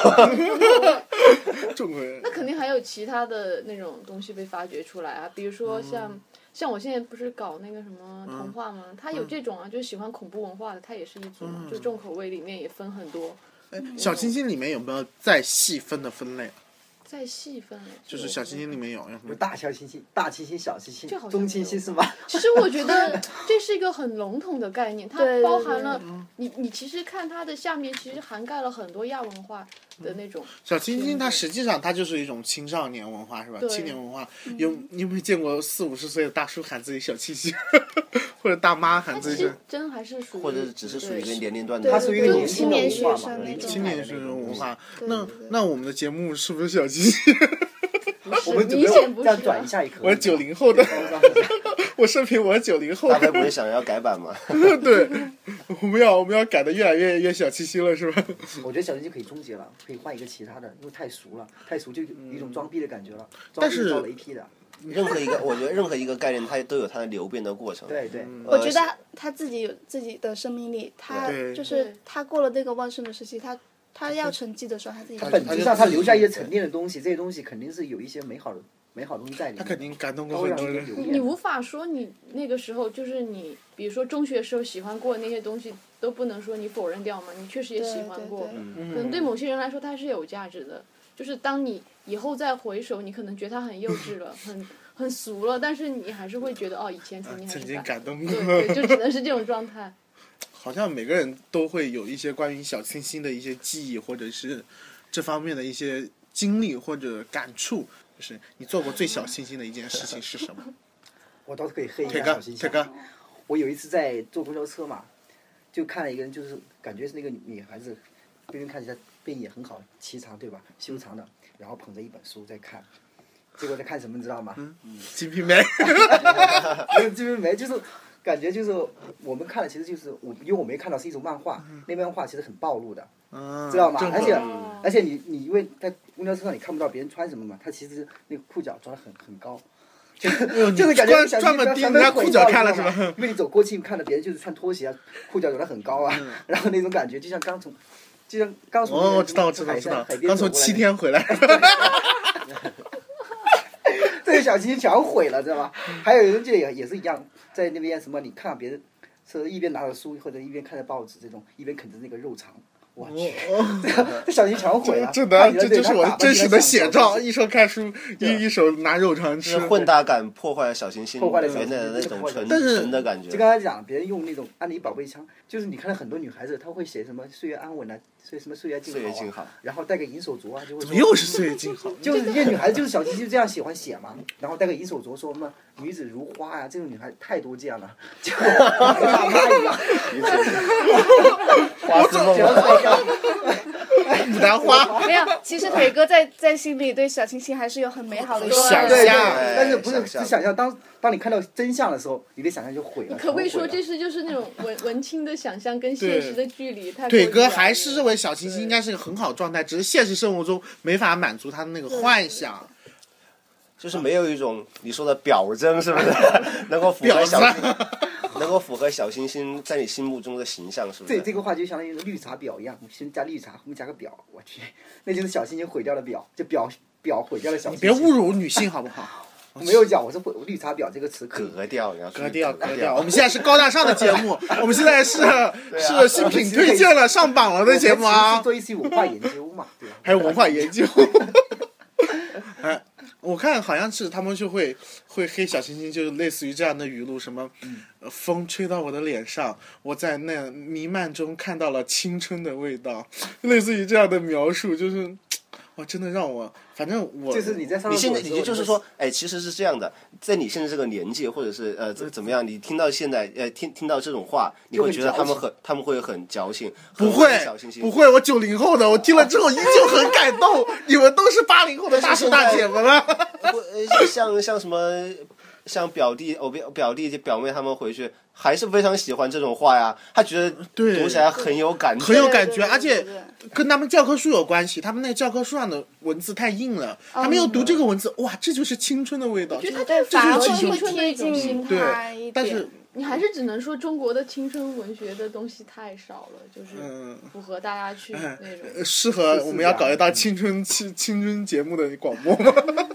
Speaker 5: (laughs)
Speaker 1: 中国人
Speaker 5: 那肯定还有其他的那种东西被发掘出来啊，比如说像、
Speaker 2: 嗯
Speaker 5: 像我现在不是搞那个什么童话吗？它
Speaker 2: 嗯
Speaker 5: 有这种啊，就是喜欢恐怖文化的，它也是一组嘛，就重口味里面也分很多，
Speaker 1: 小清新里面有没有再细分的分类？
Speaker 5: 再细分了。
Speaker 1: 就是小清新里面有有什么
Speaker 2: 有？大小清新、大清新、小清新
Speaker 5: 这好、像
Speaker 2: 中清新是吧？
Speaker 5: 其实我觉得这是一个很笼统的概念，它
Speaker 6: 对对
Speaker 5: 包含了
Speaker 2: 嗯
Speaker 5: 你你其实看它的下面，其实涵盖了很多亚文化
Speaker 2: 嗯
Speaker 5: 的那种。
Speaker 1: 小清新它实际上它就是一种青少年文化，是吧？
Speaker 5: 对
Speaker 1: 青年文化。
Speaker 2: 嗯
Speaker 1: 有你有没有见过四五十岁的大叔喊自己小清新，或者大妈喊
Speaker 5: 它
Speaker 1: 自
Speaker 5: 其
Speaker 1: 己
Speaker 5: 实真还是属于，
Speaker 4: 或者只是属于一个
Speaker 5: 对
Speaker 4: 年龄段
Speaker 6: 对
Speaker 4: 的，
Speaker 2: 它属于一个
Speaker 6: 就
Speaker 2: 年轻的
Speaker 6: 青年
Speaker 2: 文
Speaker 6: 学
Speaker 2: 化嘛
Speaker 6: 生，那
Speaker 2: 年
Speaker 6: 种
Speaker 2: 轻
Speaker 1: 青年
Speaker 2: 的
Speaker 1: 学
Speaker 2: 那
Speaker 1: 生
Speaker 2: 种
Speaker 1: 文
Speaker 2: 东西
Speaker 1: 化？
Speaker 6: 对
Speaker 1: 那
Speaker 6: 对对
Speaker 1: 那我们的节目是不是小清新？
Speaker 2: 我们准备
Speaker 5: 明显不
Speaker 2: 这
Speaker 5: 是啊
Speaker 2: 样转一下也可以。
Speaker 1: 我是九零后的，我声评我是九零后
Speaker 4: 大
Speaker 1: 的。
Speaker 4: 概不是想要改版嘛？
Speaker 1: 对，我们要我们要改的越来越越小清新了，是吧？
Speaker 2: 我觉得小清新可以终结了，可以换一个其他的，因为太俗了，太俗就有一种装逼的感觉了，装
Speaker 1: 但
Speaker 2: 逼
Speaker 1: 是
Speaker 2: 招雷劈的。
Speaker 4: (laughs) 任何一个，我觉得任何一个概念，它都有它的流变的过程。
Speaker 2: 对对，
Speaker 4: 呃，
Speaker 1: 嗯
Speaker 6: 我觉得他自己有自己的生命力，他
Speaker 1: 对
Speaker 6: 就是
Speaker 5: 对
Speaker 6: 他过了那个旺盛的时期，他他要成绩的时候，他自己
Speaker 1: 他
Speaker 2: 本质上它留下一些沉淀的东西，这些东西肯定是有一些美好的美好的东西在里面。
Speaker 1: 他肯定感动过
Speaker 2: 高
Speaker 1: 很
Speaker 2: 燃
Speaker 1: 多
Speaker 2: 一个
Speaker 1: 人。
Speaker 2: 留
Speaker 5: 你你
Speaker 2: 恋。
Speaker 5: 无法说你那个时候就是你，比如说中学时候喜欢过的那些东西，都不能说你否认掉嘛，你确实也
Speaker 6: 对
Speaker 5: 喜
Speaker 6: 对
Speaker 5: 欢过。
Speaker 6: 对，
Speaker 1: 嗯
Speaker 5: 可能对某些人来说，它是有价值的。就是当你以后再回首，你可能觉得它很幼稚了，很很俗了，但是你还是会觉得哦，以前曾经还
Speaker 1: 曾
Speaker 5: 是
Speaker 1: 经感动过。
Speaker 5: 对对，就只能是这种状态。
Speaker 1: 好像每个人都会有一些关于小清新的一些记忆，或者是这方面的一些经历或者感触。就是你做过最小清新的一件事情是 (laughs) 什么？
Speaker 2: 我倒是可以黑一
Speaker 1: 铁
Speaker 2: 下
Speaker 1: 哥，
Speaker 2: 小清新
Speaker 1: 铁。哥，
Speaker 2: 我有一次在坐公交车嘛，就看了一个人，就是感觉是那个女女孩子，别人看起来背影也很好，颀长对吧，修长的，然后捧着一本书在看，结果在看什么你知道吗？
Speaker 1: 《嗯金瓶梅》
Speaker 2: (laughs) 没有，就是没，就是感觉就是我们看的其实就是我，因为我没看到是一种漫画，那漫画其实很暴露的，
Speaker 1: 嗯，
Speaker 2: 知道吗？
Speaker 1: 正好
Speaker 2: 而且
Speaker 5: 嗯
Speaker 2: 而且你你因为在公交车上你看不到别人穿什么嘛，他其实那个裤脚抓得很很高。就是就是感觉
Speaker 1: 哎专
Speaker 2: 不小心
Speaker 1: 专门
Speaker 2: 被
Speaker 1: 盯
Speaker 2: 被
Speaker 1: 人家
Speaker 2: 毁
Speaker 1: 裤脚
Speaker 2: 到
Speaker 1: 看
Speaker 2: 你
Speaker 1: 了
Speaker 2: 知道
Speaker 1: 是
Speaker 2: (laughs) 吗？因为你走过去看到别人就是穿拖鞋啊，裤脚走得很高啊， (laughs) 然后那种感觉就像刚从，就像刚从
Speaker 1: 嗯哦，我知道，我知
Speaker 2: 从
Speaker 1: 道，
Speaker 2: 海
Speaker 1: 知
Speaker 2: 山
Speaker 1: 道
Speaker 2: 海，边
Speaker 1: 刚
Speaker 2: 走
Speaker 1: 从
Speaker 2: 过来
Speaker 1: 七，天回来，
Speaker 2: 这个小清新全毁了，知道吧？
Speaker 1: 嗯
Speaker 2: 还有人就也也是一样，在那边什么，你看到别人是一边拿着书或者一边看着报纸这种，一边啃着那个肉肠，我去， (laughs) 这小清新全毁了，
Speaker 1: 哦这
Speaker 2: 看
Speaker 1: 的
Speaker 2: 起来
Speaker 1: 这 (laughs)
Speaker 2: (laughs) 对啊
Speaker 1: 就是
Speaker 2: 他
Speaker 1: 我
Speaker 2: 打扮
Speaker 1: 真
Speaker 2: 起
Speaker 1: 实
Speaker 2: 来
Speaker 1: 的
Speaker 2: 像
Speaker 1: 写
Speaker 2: 小
Speaker 1: 照，
Speaker 2: 清新
Speaker 1: 一手看书，
Speaker 2: 啊
Speaker 1: 一一手拿肉肠
Speaker 4: 就是
Speaker 1: 吃，
Speaker 4: 混搭感破坏了小清新
Speaker 2: 破坏了小清
Speaker 4: 原
Speaker 2: 新
Speaker 4: 来的那种纯
Speaker 1: 但是
Speaker 4: 纯的感觉
Speaker 2: 就。刚才讲，别人用那种安妮宝贝腔，就是你看到很多女孩子，她会写什么岁月安稳啊，所以什么岁月静
Speaker 4: 岁
Speaker 2: 好、
Speaker 4: 月
Speaker 2: 啊，
Speaker 4: 静好
Speaker 2: 然后戴个银手镯啊，就会
Speaker 1: 怎
Speaker 2: 说
Speaker 1: 么又是岁月静好？
Speaker 2: 就是这些女孩子就是小鸡就这样喜欢写嘛，然后戴个银手镯说什么女子如花呀、这种女孩太多见了，就跟大妈一样，
Speaker 4: 女子花似梦
Speaker 2: 觉得
Speaker 4: 啊，
Speaker 2: 太像
Speaker 1: (laughs) 牡丹花，
Speaker 6: (laughs) 没有。其实腿哥在在心里对小清新还是有很美好的一
Speaker 5: 对
Speaker 1: 想
Speaker 2: 对对，
Speaker 1: 象
Speaker 2: 但是不是
Speaker 4: 想
Speaker 2: 只
Speaker 4: 象
Speaker 2: 想象？当当你看到真相的时候，你的想象就毁了。
Speaker 5: 可不可以说
Speaker 2: 全毁
Speaker 5: 这
Speaker 2: 了
Speaker 5: 是就是那种文文青的想象跟
Speaker 1: 对
Speaker 5: 现实的距离太过
Speaker 1: 腿哥
Speaker 5: 远了
Speaker 1: 还是认为小清新应该是个很好的状态，只是现实生活中没法满足他的那个幻想。
Speaker 4: 就是没有一种你说的表征，是不是能够符合
Speaker 1: 婊
Speaker 4: 小清
Speaker 1: 子，
Speaker 4: (laughs) 能够符合小清新在你心目中的形象，是不
Speaker 2: 这
Speaker 4: 是
Speaker 2: 这？个话就相当于绿茶婊一样，先加绿茶，后面加个婊，我去，那就是小清新毁掉了婊，就婊婊毁掉了小
Speaker 1: 你
Speaker 2: 清新。
Speaker 1: 别侮辱女性好不好？
Speaker 2: 我没有讲，我是会绿茶婊这个词可以。
Speaker 4: 格调，你要
Speaker 1: 格调格
Speaker 4: 格
Speaker 1: 调， (laughs) 我们现在是高大上的节目，我们现在是是新品推荐了上榜了的节目
Speaker 2: 我们其实
Speaker 1: 啊
Speaker 2: 是，做一期文化研究嘛，对吧？
Speaker 1: 还有文化研究。哎，我看好像是他们就会会黑小清新，就是类似于这样的语录，什么、呃风吹到我的脸上，我在那弥漫中看到了青春的味道，类似于这样的描述，就是哇，真的让我，反正我
Speaker 2: 就是你在上
Speaker 4: 你
Speaker 2: 厕
Speaker 4: 现
Speaker 2: 所
Speaker 4: 在
Speaker 2: 的时候，
Speaker 4: 你就就是说，哎，其实是这样的，在你现在这个年纪，或者是呃怎怎么样，你听到现在呃听听到这种话，你
Speaker 2: 就
Speaker 4: 会
Speaker 2: 很
Speaker 4: 觉得他们
Speaker 2: 矫
Speaker 4: 很他们会很矫情，
Speaker 1: 不
Speaker 4: 很
Speaker 1: 会
Speaker 4: 小清，新，
Speaker 1: 不会，我九零后的，我听了之后依旧很感动。你们都是八零后的大叔大姐们了，
Speaker 4: 不呃像像什么。像表弟、我表表弟、表妹他们回去还是非常喜欢这种话呀，他觉得
Speaker 1: 对
Speaker 4: 读起来很有感觉，
Speaker 1: 很有感觉，
Speaker 6: 对对对
Speaker 1: 而且
Speaker 6: 对
Speaker 1: 跟他们教科书有关系。他们那个教科书上的文字太硬了，他们又读这个文字，哇，这就是青春的味道。
Speaker 5: 觉得他
Speaker 6: 对，
Speaker 1: 这
Speaker 6: 反而
Speaker 1: 就
Speaker 6: 会
Speaker 1: 是青
Speaker 6: 会
Speaker 5: 春的
Speaker 6: 贴
Speaker 5: 一种
Speaker 6: 近
Speaker 5: 形
Speaker 6: 他
Speaker 1: 对，
Speaker 6: 一点。
Speaker 1: 但是
Speaker 5: 你还是只能说中国的青春文学的东西太少了，就是
Speaker 1: 嗯
Speaker 5: 符合大家去那种。
Speaker 1: 呃适合我们要搞一档青春青青春节目的广播吗？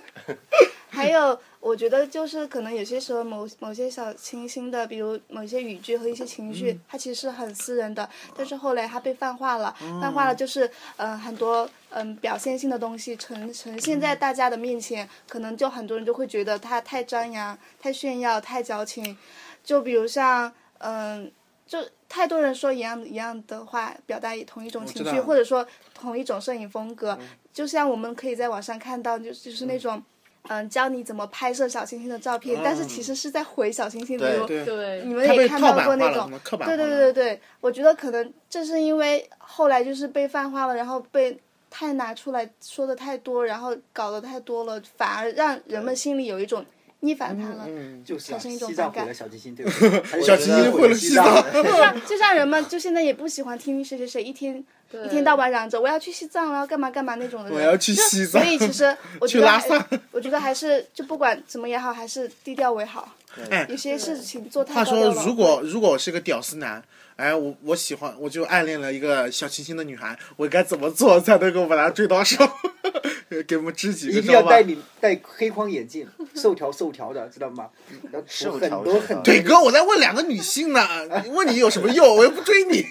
Speaker 6: 还有，我觉得就是可能有些时候某某些小清新的，比如某些语句和一些情绪，
Speaker 1: 嗯
Speaker 6: 它其实是很私人的，但是后来它被泛化了，
Speaker 1: 哦
Speaker 6: 泛化了就是嗯、呃很多嗯、表现性的东西呈呈
Speaker 1: 嗯
Speaker 6: 现在大家的面前，可能就很多人就会觉得它太张扬、太炫耀、太矫情，就比如像嗯、就太多人说一样一样的话，表达同一种情
Speaker 1: 知
Speaker 6: 绪，
Speaker 1: 道嗯
Speaker 6: 或者说同一种摄影风格，就像我们可以在网上看到，就就是那种。嗯，教你怎么拍摄小清新的照片，但是其实是在毁小清新的。
Speaker 1: 嗯对
Speaker 5: 对
Speaker 6: 你，
Speaker 4: 嗯
Speaker 6: 们
Speaker 1: 他
Speaker 6: 也
Speaker 1: 被
Speaker 6: 看
Speaker 1: 套
Speaker 6: 到
Speaker 1: 版
Speaker 6: 过
Speaker 1: 化
Speaker 6: 那
Speaker 1: 了，什
Speaker 6: 种
Speaker 1: 么，刻板化
Speaker 6: 对
Speaker 1: 了，
Speaker 6: 对对对对，我觉得可能正是因为后来就是被泛化了，然后被太拿出来说的太多，然后搞得太多了，反而让人们心里有一种逆反他了。
Speaker 1: 嗯
Speaker 2: 就是啊
Speaker 6: 产生一种
Speaker 2: 西藏
Speaker 6: 反感
Speaker 2: 毁了小清新，
Speaker 4: (laughs)
Speaker 2: 对不对？
Speaker 1: 小清新毁了西藏
Speaker 6: 就像就像人们就现在也不喜欢听谁谁谁一天一天到晚嚷着我要去西藏，我要干嘛干嘛那种的人。
Speaker 1: 我要去西藏
Speaker 6: 就所以其实我觉
Speaker 1: 去
Speaker 6: 得
Speaker 1: 拉
Speaker 6: 还
Speaker 1: 萨
Speaker 6: 我觉得还是就不管怎么也好，还是低调为好。
Speaker 1: 哎
Speaker 6: 有些事情做太
Speaker 1: 话
Speaker 6: 高调
Speaker 1: 说，
Speaker 6: 了
Speaker 1: 如果如果我是个屌丝男，哎，我我喜欢，我就暗恋了一个小清新的女孩，我该怎么做才能够把她追到手？ (laughs) 给我们支几
Speaker 2: (laughs) 一
Speaker 1: 个
Speaker 2: 定要
Speaker 1: 招吧
Speaker 2: 戴。你戴黑框眼镜，瘦条瘦条的，知道吗？要涂
Speaker 4: (laughs) 瘦
Speaker 2: 很
Speaker 4: 条
Speaker 2: 多
Speaker 4: 瘦
Speaker 2: 很
Speaker 4: 条
Speaker 2: 多
Speaker 1: 腿哥，我在问两个女性呢，问你有什么用？我 (laughs) 又不追你。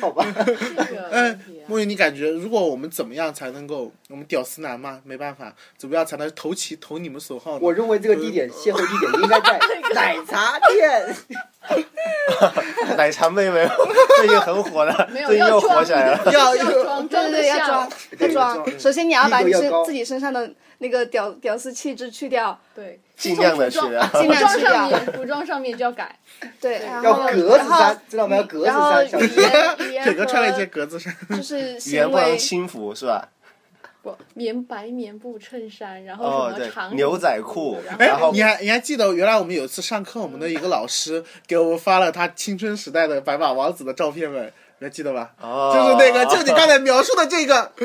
Speaker 2: 好吧？
Speaker 5: 这个问题啊
Speaker 1: 莫云，你感觉如果我们怎么样才能够，我们屌丝男嘛，没办法，怎么样才能投其投你们所好呢？
Speaker 2: 我认为这个地点邂逅地点应该
Speaker 6: (laughs)
Speaker 2: 在奶茶店。
Speaker 4: 奶茶妹
Speaker 1: (laughs)
Speaker 4: 妹最近很火的
Speaker 5: 没，有
Speaker 4: 最近
Speaker 5: 要
Speaker 4: 又
Speaker 5: 装
Speaker 4: 火起来了。
Speaker 1: 要
Speaker 5: 要装
Speaker 6: 对
Speaker 5: 装得
Speaker 6: 对 (laughs) 对，嗯要
Speaker 5: 像
Speaker 6: 装，要
Speaker 2: 对要
Speaker 6: 装。
Speaker 2: 装
Speaker 6: 首先你要把你
Speaker 2: 逼格要
Speaker 6: 身
Speaker 2: 高
Speaker 6: 自己身上的那个屌屌丝气质去掉，
Speaker 5: 对，
Speaker 4: 尽量地
Speaker 5: 从服
Speaker 4: 去
Speaker 5: (laughs)
Speaker 4: 啊
Speaker 5: 装
Speaker 6: 尽量
Speaker 5: 服装
Speaker 6: 去
Speaker 5: 上
Speaker 6: 掉
Speaker 5: 面，服装上面就要改。
Speaker 6: 对，然
Speaker 2: 要
Speaker 6: 后
Speaker 2: 格子
Speaker 6: 然后
Speaker 2: 衫知道吗要格子
Speaker 6: 然后
Speaker 2: 衫小
Speaker 6: 语
Speaker 2: 心
Speaker 6: 言语言
Speaker 1: 腿哥穿了一
Speaker 6: 和
Speaker 1: 件格子衫，
Speaker 6: 就是
Speaker 4: 语言
Speaker 6: 行
Speaker 4: 不能
Speaker 6: 为
Speaker 4: 轻浮是吧？
Speaker 5: 不，棉白棉布衬衫，然后
Speaker 4: 哦，
Speaker 5: 什么
Speaker 4: 对
Speaker 5: 长，
Speaker 4: 牛仔裤，
Speaker 1: 哎
Speaker 4: (laughs) 然
Speaker 1: (laughs)
Speaker 4: 后，
Speaker 1: 你还你还记得原来我们有一次上课，我们的一个老师给我们发了他青春时代的白马王子的照片们，你还记得吧？
Speaker 4: 哦
Speaker 1: 就是那个，就你刚才描述的这
Speaker 4: (laughs)
Speaker 1: 个， (laughs)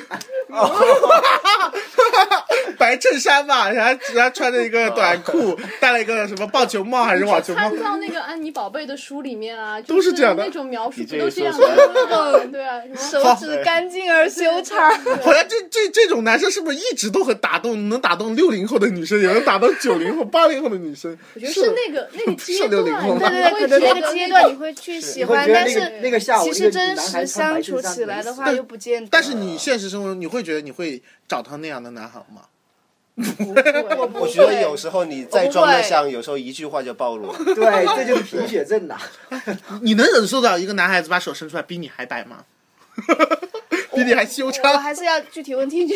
Speaker 1: 白衬衫嘛，然后然后穿着一个短
Speaker 4: 哦
Speaker 1: 裤， (laughs) 戴了一个什么棒球帽还是网球帽
Speaker 5: 参？照那个安妮宝贝的书里面啊，
Speaker 1: 都
Speaker 5: 就是
Speaker 1: 这样的
Speaker 5: 那种描述，
Speaker 4: 你
Speaker 5: 不
Speaker 4: 这
Speaker 5: 都
Speaker 4: 一
Speaker 5: 这
Speaker 4: 说
Speaker 5: 样
Speaker 4: 出来
Speaker 5: 的吗？对啊，什么
Speaker 6: (laughs) 手指干净而修长。
Speaker 1: 好像这这这种男生是不是一直都很打动，能打动六零后的女生，也能打动九零后、八零后的女生？
Speaker 5: 我觉得是那个那个阶
Speaker 1: 六
Speaker 5: 段，
Speaker 1: 零后
Speaker 5: 你
Speaker 1: 吧
Speaker 6: 对对对，
Speaker 5: 会
Speaker 6: 可
Speaker 5: 觉得
Speaker 6: 能那个阶段你会去喜
Speaker 2: 你会
Speaker 6: 欢，
Speaker 2: 觉得
Speaker 6: 但
Speaker 2: 那
Speaker 6: 是
Speaker 2: 个那个下午
Speaker 6: 其
Speaker 2: 那
Speaker 6: 实
Speaker 2: 个
Speaker 6: 真
Speaker 2: 男孩
Speaker 6: 实
Speaker 2: 穿白
Speaker 6: 相
Speaker 2: 衬
Speaker 6: 处
Speaker 2: 衫
Speaker 6: 起来的话
Speaker 1: 但
Speaker 6: 又不见得。
Speaker 1: 但是你现实生活中，你会觉得你会找到那样的男孩吗？
Speaker 5: 不 (laughs) 会
Speaker 6: 我不
Speaker 4: 哦我觉得有时候你再装得像，有时候一句话就暴露了。
Speaker 2: 对，这就是贫血症呐。
Speaker 1: 你能忍受得了一个男孩子把手伸出来比你还白吗？ (laughs) 比你还修
Speaker 6: 我
Speaker 1: 长？
Speaker 6: 还是要具体
Speaker 2: (laughs)
Speaker 6: 问题去，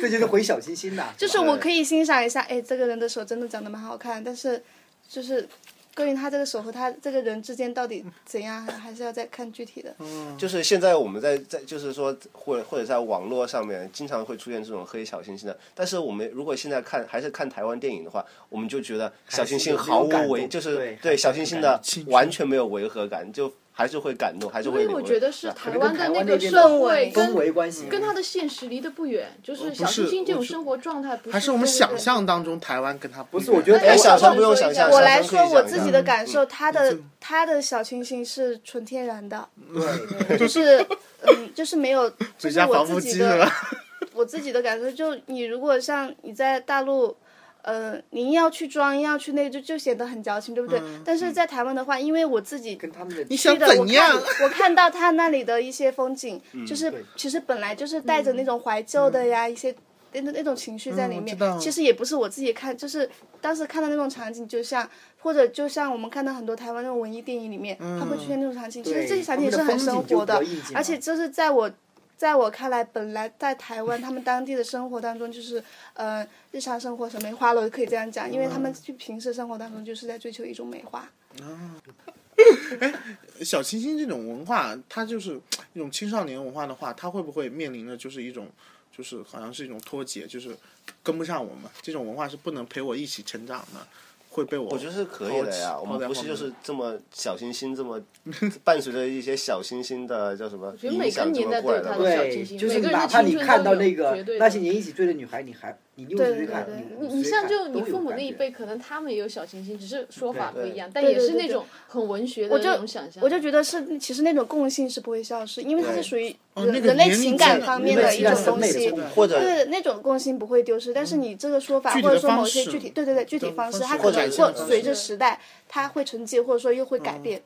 Speaker 2: 这就是回小清新呐。
Speaker 6: (laughs) 就是
Speaker 2: 吧
Speaker 6: 我可以欣赏一下，哎，这个人的手真的长得蛮好看，但是就是关于他这个手和他这个人之间到底怎样，还是要再看具体的。
Speaker 1: 嗯
Speaker 4: 就是现在我们在在就是说，或者或者在网络上面经常会出现这种黑小清新的。但是我们如果现在看还是看台湾电影的话，我们就觉得小清新
Speaker 2: 还是有
Speaker 4: 毫无
Speaker 2: 那种感
Speaker 4: 违，
Speaker 2: 动
Speaker 4: 就是
Speaker 2: 对
Speaker 4: 对小清新的
Speaker 1: 青春
Speaker 4: 完全没有违和感，就还是会感动，还是
Speaker 5: 因
Speaker 4: 会
Speaker 5: 为
Speaker 4: 流
Speaker 5: 我
Speaker 4: 泪
Speaker 5: 觉得是台湾的那
Speaker 2: 可能跟台湾那
Speaker 5: 个
Speaker 2: 边
Speaker 5: 社
Speaker 2: 的
Speaker 5: 会
Speaker 2: 氛围
Speaker 5: 跟
Speaker 2: 关系
Speaker 5: 跟他的现实离得不远，就是小
Speaker 1: 不是
Speaker 5: 清新这种
Speaker 1: 我觉
Speaker 5: 生活状态，不
Speaker 1: 还是我们
Speaker 5: 真的
Speaker 1: 想象当中台湾跟他不
Speaker 2: 不
Speaker 1: 一
Speaker 2: 是，
Speaker 1: 样
Speaker 2: 我觉得
Speaker 4: 哎，
Speaker 2: 台
Speaker 4: 小
Speaker 2: 湾
Speaker 4: 时候不用想象，
Speaker 6: 我来
Speaker 4: 小时候
Speaker 6: 说
Speaker 4: 可以
Speaker 6: 我
Speaker 4: 想一
Speaker 6: 自
Speaker 4: 下
Speaker 1: 嗯
Speaker 6: 己的感受，他的他的小清新是纯
Speaker 1: (laughs)
Speaker 6: 天然的，
Speaker 2: 对
Speaker 6: 就是嗯，就是没有，就
Speaker 1: 回
Speaker 6: 是
Speaker 1: 家
Speaker 6: 我
Speaker 1: 防
Speaker 6: 自
Speaker 1: 腐
Speaker 6: 己
Speaker 1: 剂
Speaker 6: 的
Speaker 1: 是吧？
Speaker 6: 我自己的感受，就你如果像你在大陆。呃，你硬要去装，硬要去那个，就就显得很矫情，对不对？
Speaker 1: 嗯
Speaker 6: 但是在台湾的话，因为我自己
Speaker 2: 跟他们的
Speaker 1: 你想
Speaker 6: 对的，我
Speaker 1: 怎样
Speaker 6: 看？我看到他那里的一些风景，
Speaker 2: 嗯
Speaker 6: 就是其实本来就是带着那种怀旧的呀，一些那那种情绪在里面。
Speaker 1: 嗯我知道
Speaker 6: 其实也不是我自己看，就是当时看到那种场景，就像或者就像我们看到很多台湾那种文艺电影里面，它会出
Speaker 1: 嗯
Speaker 6: 现那种场景。其实这些场景是很生活
Speaker 2: 他们的风景就比较应景嘛
Speaker 6: 而且就是在我。在我看来，本来在台湾他们当地的生活当中，就是呃日常生活什么美化了，可以这样讲，因为他
Speaker 2: 嗯
Speaker 6: 们去平时生活当中就是在追求一种美化。
Speaker 1: 小清新这种文化，它就是一种青少年文化的话，它会不会面临的就是一种，就是好像是一种脱节，就是跟不上我们这种文化是不能陪我一起成长的，会被我
Speaker 4: 我
Speaker 1: 我
Speaker 4: 觉得是可以的呀，我们不是就是这么小清新，
Speaker 2: (laughs)
Speaker 4: 这么伴随着一些小清新的叫什么
Speaker 5: 觉得每个
Speaker 4: 影响这
Speaker 5: 年代
Speaker 4: 么
Speaker 5: 都
Speaker 4: 过来
Speaker 5: 有它的
Speaker 4: 的吧？
Speaker 5: 小清
Speaker 2: 对，
Speaker 5: 新
Speaker 2: 就是
Speaker 5: 每个人
Speaker 2: 哪
Speaker 5: 的
Speaker 2: 怕你
Speaker 5: 青春
Speaker 2: 看
Speaker 5: 都
Speaker 2: 到
Speaker 5: 有
Speaker 2: 那个
Speaker 5: 绝对的
Speaker 2: 那些年一起追的女孩，你还你六十
Speaker 6: 对
Speaker 2: 岁
Speaker 6: 对
Speaker 2: 看，
Speaker 6: 对
Speaker 5: 你
Speaker 2: 你
Speaker 5: 你像就
Speaker 2: 你
Speaker 5: 你父母那一辈，可能他们也有小清新，只是说法不一样，但也是那种很文学的
Speaker 6: 我就
Speaker 5: 那种想象。
Speaker 6: 我就觉得是，其实那种共性是不会消失，因为它
Speaker 4: 对
Speaker 6: 是属于
Speaker 1: 哦
Speaker 6: 人,、
Speaker 1: 那个
Speaker 6: 人类
Speaker 1: 年龄
Speaker 6: 情
Speaker 1: 层
Speaker 6: 感
Speaker 1: 的
Speaker 6: 方
Speaker 1: 人
Speaker 6: 面
Speaker 1: 类
Speaker 6: 的
Speaker 1: 情
Speaker 6: 一
Speaker 1: 感
Speaker 6: 种
Speaker 1: 审
Speaker 6: 东
Speaker 1: 美的
Speaker 6: 西
Speaker 1: 不同，
Speaker 4: 或者
Speaker 6: 对那种共性不会丢失。但是你这个说法，
Speaker 1: 嗯具体
Speaker 6: 或者
Speaker 1: 的
Speaker 6: 说
Speaker 1: 方
Speaker 6: 某些
Speaker 1: 式
Speaker 6: 具体对对对具体
Speaker 1: 对
Speaker 6: 方式，
Speaker 1: 方
Speaker 6: 它
Speaker 1: 式
Speaker 6: 可
Speaker 4: 或者
Speaker 6: 能会
Speaker 4: 是
Speaker 6: 随着时代，它会沉寂，或者说又会
Speaker 1: 嗯
Speaker 6: 改变。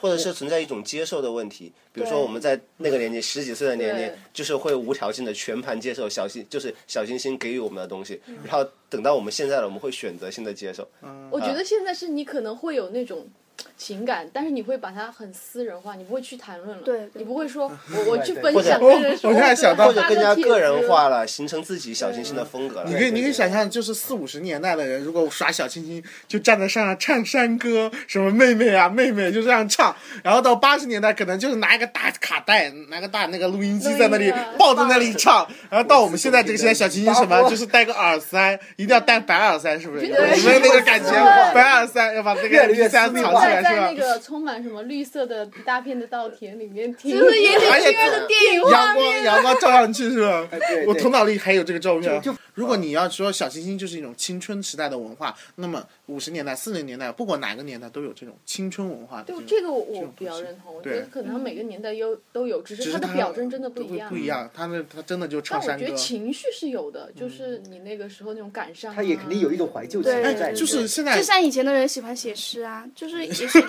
Speaker 4: 或者是存在一种接受的问题，比如说
Speaker 6: 对
Speaker 4: 我们在那个年纪十几岁的年
Speaker 5: 对
Speaker 4: 纪，就是会无条件的全盘接受小清，就是小清新给予我们的东西，
Speaker 5: 嗯
Speaker 4: 然后等到我们现在了，我们会选择性的接受。
Speaker 2: 嗯
Speaker 5: 我觉得现在是你可能会有那种情感，但是你会把它很私人化，你不会去谈论了，
Speaker 6: 对对
Speaker 5: 你不会说我我去
Speaker 2: 对
Speaker 5: 分
Speaker 4: 或者
Speaker 5: 享跟人说，
Speaker 1: 我现在想到
Speaker 5: 我
Speaker 4: 或
Speaker 5: 发个
Speaker 4: 者更加
Speaker 5: 帖
Speaker 4: 个人
Speaker 5: 子
Speaker 4: 化了，形成自己小清新
Speaker 5: 嗯
Speaker 4: 的风格了。
Speaker 1: 你可以，你可以想象，就是四五十年代的人，如果耍小清新，就站在山上唱山歌，什么妹妹啊妹妹就这样唱，然后到八十年代，可能就是拿一个大卡带，拿个大那个录音机在那里
Speaker 5: 录音啊
Speaker 1: 抱在那里唱，然后到我们现在这个时代，小清新什么，就是戴个耳塞，一定要戴白耳塞，是不是？你
Speaker 5: 对
Speaker 1: 们那个感觉，
Speaker 5: 对
Speaker 1: 白耳塞要把那
Speaker 2: 越
Speaker 1: 个
Speaker 2: 来越
Speaker 1: MP 三
Speaker 2: 私密
Speaker 1: 藏
Speaker 2: 化
Speaker 1: 起
Speaker 5: 在
Speaker 1: 来， (laughs)
Speaker 5: 在那
Speaker 1: 是吧？
Speaker 5: 个充满什么绿色的一大片的稻田里面听，
Speaker 6: 就是言
Speaker 1: 而且
Speaker 6: 情二的电影画
Speaker 1: 阳光
Speaker 6: 面，
Speaker 1: 阳光照上去是吧？
Speaker 2: 对
Speaker 1: 我
Speaker 2: 对
Speaker 1: 头脑里还有这个照片啊
Speaker 2: 就就。
Speaker 1: 如果你要说小清新就是一种青春时代的文化，那么五十年代、四十年代，不管哪个年代都有这种青春文化的
Speaker 5: 对
Speaker 1: 这
Speaker 5: 这
Speaker 1: 种。
Speaker 5: 个我我比较认同，我觉得
Speaker 1: 对嗯
Speaker 5: 可能每个年代有都有，只
Speaker 1: 只
Speaker 5: 是
Speaker 1: 是
Speaker 5: 它的
Speaker 1: 它
Speaker 5: 表征真的不
Speaker 1: 都
Speaker 5: 一
Speaker 1: 会
Speaker 5: 样。
Speaker 1: 不一样，他那他真的就
Speaker 5: 但
Speaker 1: 唱
Speaker 5: 我
Speaker 1: 山
Speaker 5: 觉
Speaker 1: 歌嗯
Speaker 5: 得。情绪是有的，就是你那个时候那种感伤啊，
Speaker 2: 他也肯定有一种怀旧情 (laughs)
Speaker 6: 对
Speaker 2: 在里
Speaker 1: 哎，
Speaker 2: 面，
Speaker 1: 就是现在
Speaker 6: 就像以前的人喜欢写诗啊，就是也许
Speaker 5: 就这样。就妈妈那种年代
Speaker 6: 就是对我们就谈诗来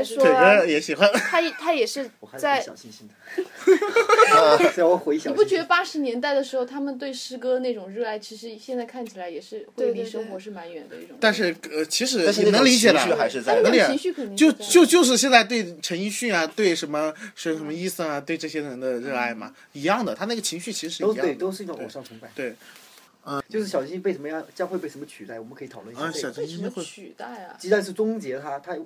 Speaker 5: 就
Speaker 6: 说
Speaker 5: 是
Speaker 1: 腿哥也喜欢，
Speaker 6: 他他也是
Speaker 2: 我还是
Speaker 6: 在
Speaker 2: 很小清新的。
Speaker 1: 呃
Speaker 2: (laughs) 让我回想，
Speaker 5: 你不觉得八十年代的时候，他们对诗歌那种热爱，其实现在看起来也是会
Speaker 6: 对
Speaker 5: 离
Speaker 6: 对
Speaker 5: 生活
Speaker 6: 对
Speaker 5: 是蛮远的一种。
Speaker 1: 但是呃，其实
Speaker 4: 但是
Speaker 1: 你
Speaker 4: 那
Speaker 1: 能
Speaker 4: 种
Speaker 1: 理解的
Speaker 4: 情绪。还是在
Speaker 5: 但
Speaker 4: 的
Speaker 5: 哎
Speaker 1: 能理
Speaker 5: 那
Speaker 1: 解
Speaker 5: 种情绪肯定
Speaker 1: 就是
Speaker 5: 在
Speaker 1: 就就是现在对陈奕迅啊，对什么是什么伊森啊，对这些人的热爱嘛，一样的，他那个情绪其实是一
Speaker 2: 都
Speaker 1: 样的
Speaker 2: 对，。都是一种偶像崇拜。嗯
Speaker 1: 对，
Speaker 2: 就是小清新被什么样，将会被什么取代？我们可以讨论一下
Speaker 1: 啊，
Speaker 2: 这
Speaker 1: 小
Speaker 2: 个。
Speaker 1: 清
Speaker 5: 为什
Speaker 1: 新
Speaker 5: 么
Speaker 1: 会
Speaker 5: 取代啊？
Speaker 2: 鸡蛋是终结它，它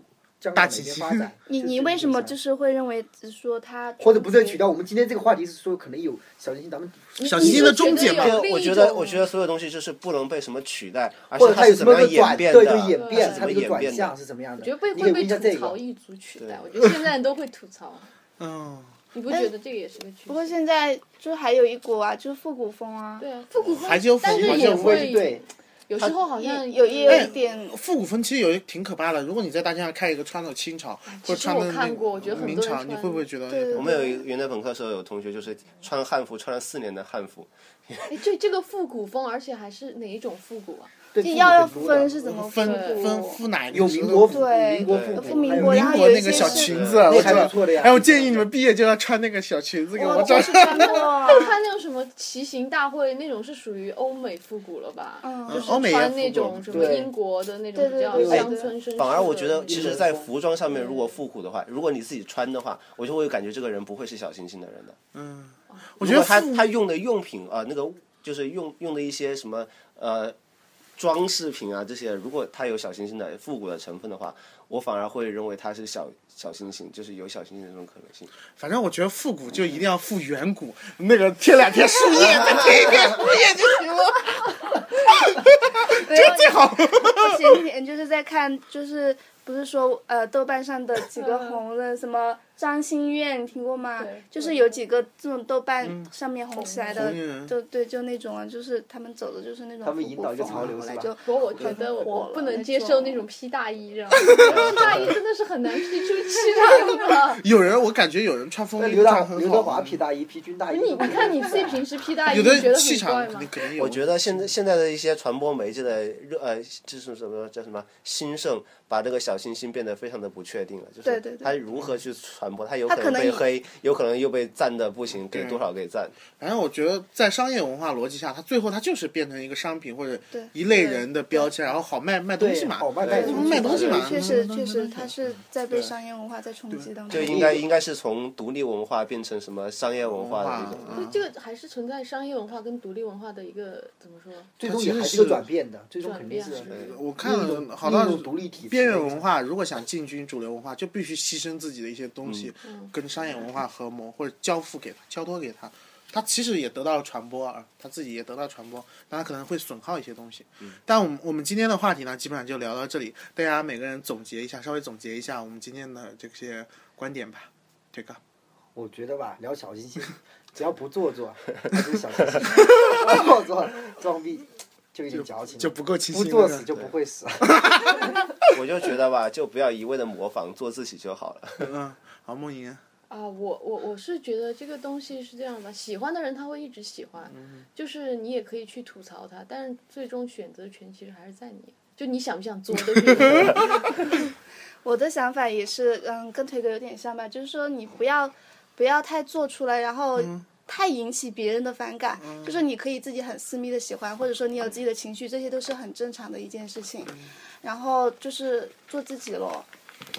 Speaker 2: 将
Speaker 1: 大
Speaker 2: 往哪
Speaker 1: 奇
Speaker 2: 边
Speaker 1: 迹
Speaker 2: 发展？
Speaker 6: 你
Speaker 2: 就是
Speaker 6: 你
Speaker 2: 这
Speaker 6: 为
Speaker 2: 个
Speaker 6: 什么
Speaker 2: 想法
Speaker 6: 就是会认为说他
Speaker 2: 或者不是取代？我们今天这个话题是说，可能有小清新，咱们
Speaker 1: 小清新的终结嘛
Speaker 5: 嘛
Speaker 4: 这个，
Speaker 5: 另一
Speaker 4: 我觉得，
Speaker 5: 种
Speaker 4: 我觉得所有东西就是不能被什么取代，而
Speaker 2: 或
Speaker 4: 是
Speaker 2: 者它
Speaker 4: 是
Speaker 2: 有什
Speaker 4: 怎
Speaker 2: 么
Speaker 4: 么
Speaker 2: 个
Speaker 4: 样
Speaker 2: 转
Speaker 4: 演
Speaker 2: 对，
Speaker 4: 变的，
Speaker 2: 就演变，
Speaker 5: 对
Speaker 2: 它
Speaker 4: 怎
Speaker 2: 的
Speaker 4: 么
Speaker 2: 一个
Speaker 4: 演
Speaker 2: 转
Speaker 4: 变
Speaker 2: 向
Speaker 4: 的。
Speaker 2: 是什么样
Speaker 5: 我
Speaker 2: 的
Speaker 5: 觉得？被
Speaker 2: 你
Speaker 5: 会
Speaker 2: 可以
Speaker 5: 被
Speaker 2: 问一下这
Speaker 5: 吐
Speaker 2: 个
Speaker 5: 槽，一族取代，我觉得现在人都会吐槽，
Speaker 1: 嗯，
Speaker 5: 你不觉得这个也是个趋势？
Speaker 6: 不过现在就还有一股啊，就是复古风啊，
Speaker 5: 对啊，复古风，
Speaker 1: 还是有复
Speaker 5: 但
Speaker 1: 古
Speaker 5: 是
Speaker 1: 风
Speaker 5: 也
Speaker 1: 有
Speaker 5: 会
Speaker 2: 对，
Speaker 5: 有时候好
Speaker 6: 也
Speaker 5: 像
Speaker 6: 有也有
Speaker 1: 哎
Speaker 6: 一点
Speaker 1: 复古风其实有一挺可怕的。如果你在大街上看一个穿的清朝或者穿的
Speaker 5: 嗯其实我看过我觉
Speaker 1: 那
Speaker 5: 得很
Speaker 1: 个
Speaker 5: 多
Speaker 1: 明
Speaker 5: 人
Speaker 1: 朝，
Speaker 5: 穿
Speaker 1: 你会不会觉得哎有
Speaker 6: 对
Speaker 1: 点？
Speaker 4: 我们有一个原来本科时候有同学就是穿汉服，穿了四年的汉服，
Speaker 5: 哎，这这个复古风，而且还是哪一种复古啊？ (laughs)
Speaker 2: 对
Speaker 6: 这
Speaker 2: 复古
Speaker 6: 要要
Speaker 2: 很多的
Speaker 6: 分是怎么
Speaker 1: 分
Speaker 6: 复
Speaker 1: 分复哪一个
Speaker 2: 有
Speaker 1: 时
Speaker 2: 民
Speaker 1: 候
Speaker 2: 国服，
Speaker 6: 对
Speaker 2: 民国
Speaker 4: 对
Speaker 2: 复
Speaker 6: 复
Speaker 2: 古，
Speaker 6: 民
Speaker 2: 还有
Speaker 6: 国
Speaker 1: 民
Speaker 6: 然后
Speaker 1: 国
Speaker 6: 有
Speaker 1: 那
Speaker 6: 一
Speaker 1: 个
Speaker 6: 些
Speaker 1: 小
Speaker 6: 是
Speaker 1: 裙子，
Speaker 4: 那
Speaker 1: 我
Speaker 2: 还
Speaker 1: 知
Speaker 2: 不
Speaker 1: 道
Speaker 2: 错的呀。
Speaker 1: 哎，我建议你们毕业就要穿那个小裙子，给
Speaker 6: 我
Speaker 1: 我照
Speaker 6: 我是穿过，
Speaker 5: 看那种什么骑行大会那种是属于欧美复古了吧？
Speaker 6: 嗯
Speaker 5: 就是
Speaker 1: 欧美也
Speaker 5: 穿
Speaker 1: 复
Speaker 5: 那
Speaker 1: 古
Speaker 5: 种什么
Speaker 2: 对
Speaker 5: 英国的那种比
Speaker 6: 对
Speaker 5: 较
Speaker 6: 对
Speaker 2: 对
Speaker 5: 乡村绅士的那种。
Speaker 4: 反而我觉
Speaker 5: 嗯
Speaker 4: 得，其实，在
Speaker 2: 风
Speaker 4: 服装上面，如果复古的话，如果你自己穿的话，我就会感觉这个人不会是小清新的人的。
Speaker 1: 我
Speaker 4: 如
Speaker 1: 觉
Speaker 4: 果
Speaker 1: 得
Speaker 4: 他
Speaker 1: 复
Speaker 4: 他用的用品啊、呃那个就是用用的一些什么呃装饰品啊这些，如果他有小清新的复古的成分的话，我反而会认为他是小小清新，就是有小清新的这种可能性。
Speaker 1: 反正我觉得复古就一定要复远古，那个贴两片树叶，再贴 (laughs) 一片树叶就行了。
Speaker 6: 这最好。我前几天就是在看，就是。不是说呃豆瓣上的几个红人，什么张馨月，你听过吗
Speaker 5: 嗯对？
Speaker 6: 就是有几个这种豆
Speaker 2: 嗯
Speaker 6: 瓣上面红起来的
Speaker 1: 红人，
Speaker 6: 就对，就那种啊，就是他们走的就是那种
Speaker 2: 他们
Speaker 6: 复古
Speaker 2: 引导一个
Speaker 6: 风啊
Speaker 2: 潮流
Speaker 6: 后来
Speaker 2: 是吧
Speaker 6: 就
Speaker 5: 不过我觉得我我不能接受那种披大衣，知道吗？披大衣真的是很难 (laughs) 披出气来的。 (laughs)
Speaker 1: 有人我感觉有人穿风
Speaker 2: 那
Speaker 1: 衣
Speaker 2: 刘
Speaker 1: 穿
Speaker 2: 德
Speaker 1: 很好，嗯
Speaker 2: 刘德华披大衣、披军大衣，
Speaker 5: 你你看你自己平时披大衣，
Speaker 1: 有
Speaker 5: 你觉
Speaker 1: 的
Speaker 5: 得
Speaker 1: 气
Speaker 5: 很
Speaker 1: 场
Speaker 5: 怪
Speaker 1: 肯
Speaker 5: 吗
Speaker 1: 定？肯定有。
Speaker 4: 我觉得现在现在的一些传播媒介的热呃，就是什么叫什么兴盛，把这个小清新变得非常的不确定了。就
Speaker 6: 对对
Speaker 4: 是
Speaker 6: 对
Speaker 4: 它如何去传播，它有
Speaker 6: 它可
Speaker 4: 能
Speaker 6: 能嗯
Speaker 4: 被
Speaker 6: 也
Speaker 4: 黑，有可能又被赞的不行，给多少给赞。
Speaker 1: 反正我觉得在商业文化逻辑下，它最后它就是变成一个商品或者
Speaker 6: 对
Speaker 1: 一类人的标签，然后好卖卖东西嘛，
Speaker 2: 好卖
Speaker 4: 对
Speaker 2: 卖
Speaker 1: 卖东西嘛，
Speaker 6: 确实确实，它是在被
Speaker 1: 对
Speaker 6: 商业文化在冲击当
Speaker 4: 就
Speaker 6: 中。
Speaker 4: 应该应该是从独立文化变成什么商业文化的一种。嗯
Speaker 5: 所以
Speaker 1: 啊
Speaker 5: 这个还是存在商业文化跟独立文化的一个怎么说？
Speaker 2: 最终也还是个转变的，最终肯定是
Speaker 5: 转变
Speaker 1: 我看
Speaker 2: 另一
Speaker 1: 了
Speaker 2: 种
Speaker 1: 好
Speaker 2: 另
Speaker 1: 多
Speaker 2: 一种独立体制
Speaker 1: 边缘文化，如果想进军主流文化，就必须牺牲自己的一些东西，
Speaker 2: 嗯
Speaker 6: 嗯
Speaker 1: 跟商业文化合谋或者交付给他，交托给他。他其实也得到了传播啊，他自己也得到传播，但他可能会损耗一些东西。
Speaker 2: 嗯
Speaker 1: 但我们我们今天的话题呢，基本上就聊到这里，大家每个人总结一下，稍微总结一下我们今天的这些观点吧。这个
Speaker 2: 我觉得吧，聊小清新，只要不做作，还是小清新；做作装逼就有点矫情，
Speaker 1: 就不够清
Speaker 2: 不
Speaker 1: 新了，
Speaker 2: 作死就不会死。
Speaker 4: 我就觉得吧，就不要一味的模仿，做自己就好了。
Speaker 1: (laughs) 嗯，好，梦莹，
Speaker 5: 啊，我我我是觉得这个东西是这样吧，喜欢的人他会一直喜欢，就是你也可以去吐槽他，但是最终选择权其实还是在你，就你想不想做都是你
Speaker 6: 我的想法也是，嗯，跟推哥有点像吧，就是说你不要不要太做出来，然后太引起别人的反感，就是你可以自己很私密的喜欢，或者说你有自己的情绪，这些都是很正常的一件事情。然后就是做自己咯，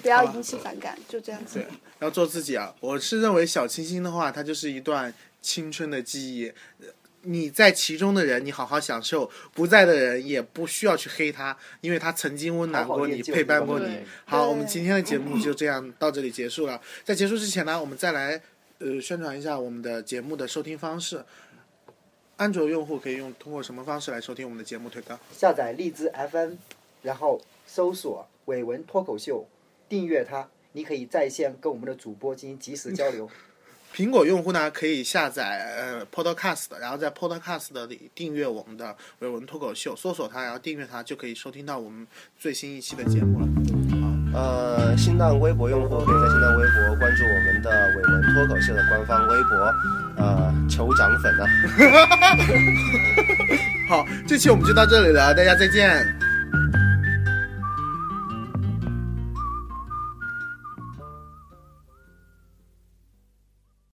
Speaker 6: 不要引起反感，就这样子。
Speaker 1: 要做自己啊！我是认为小清新的话，它就是一段青春的记忆。呃你在其中的人，你好好享受；不在的人，也不需要去黑他，因为他曾经温暖
Speaker 2: 好好
Speaker 1: 过
Speaker 2: 练
Speaker 1: 你，
Speaker 2: 就
Speaker 1: 陪伴过你
Speaker 5: 对。
Speaker 1: 好，
Speaker 6: 对
Speaker 1: 我们今天的节目就这样到这里结束了。在结束之前呢，我们再来呃宣传一下我们的节目的收听方式。安卓用户可以用通过什么方式来收听我们的节目？推哥，
Speaker 2: 下载荔枝 FM，然后搜索“伟文脱口秀”，订阅它，你可以在线跟我们的主播进行及时交流。
Speaker 1: 苹果用户呢可以下载呃 Podcast，然后在 Podcast 里订阅我们的伟文脱口秀，搜索它，然后订阅它就可以收听到我们最新一期的节目了。
Speaker 4: 呃，新浪微博用户可以在新浪微博关注我们的伟文脱口秀的官方微博，呃，酋长粉啊。
Speaker 1: 好，这期我们就到这里了，大家再见。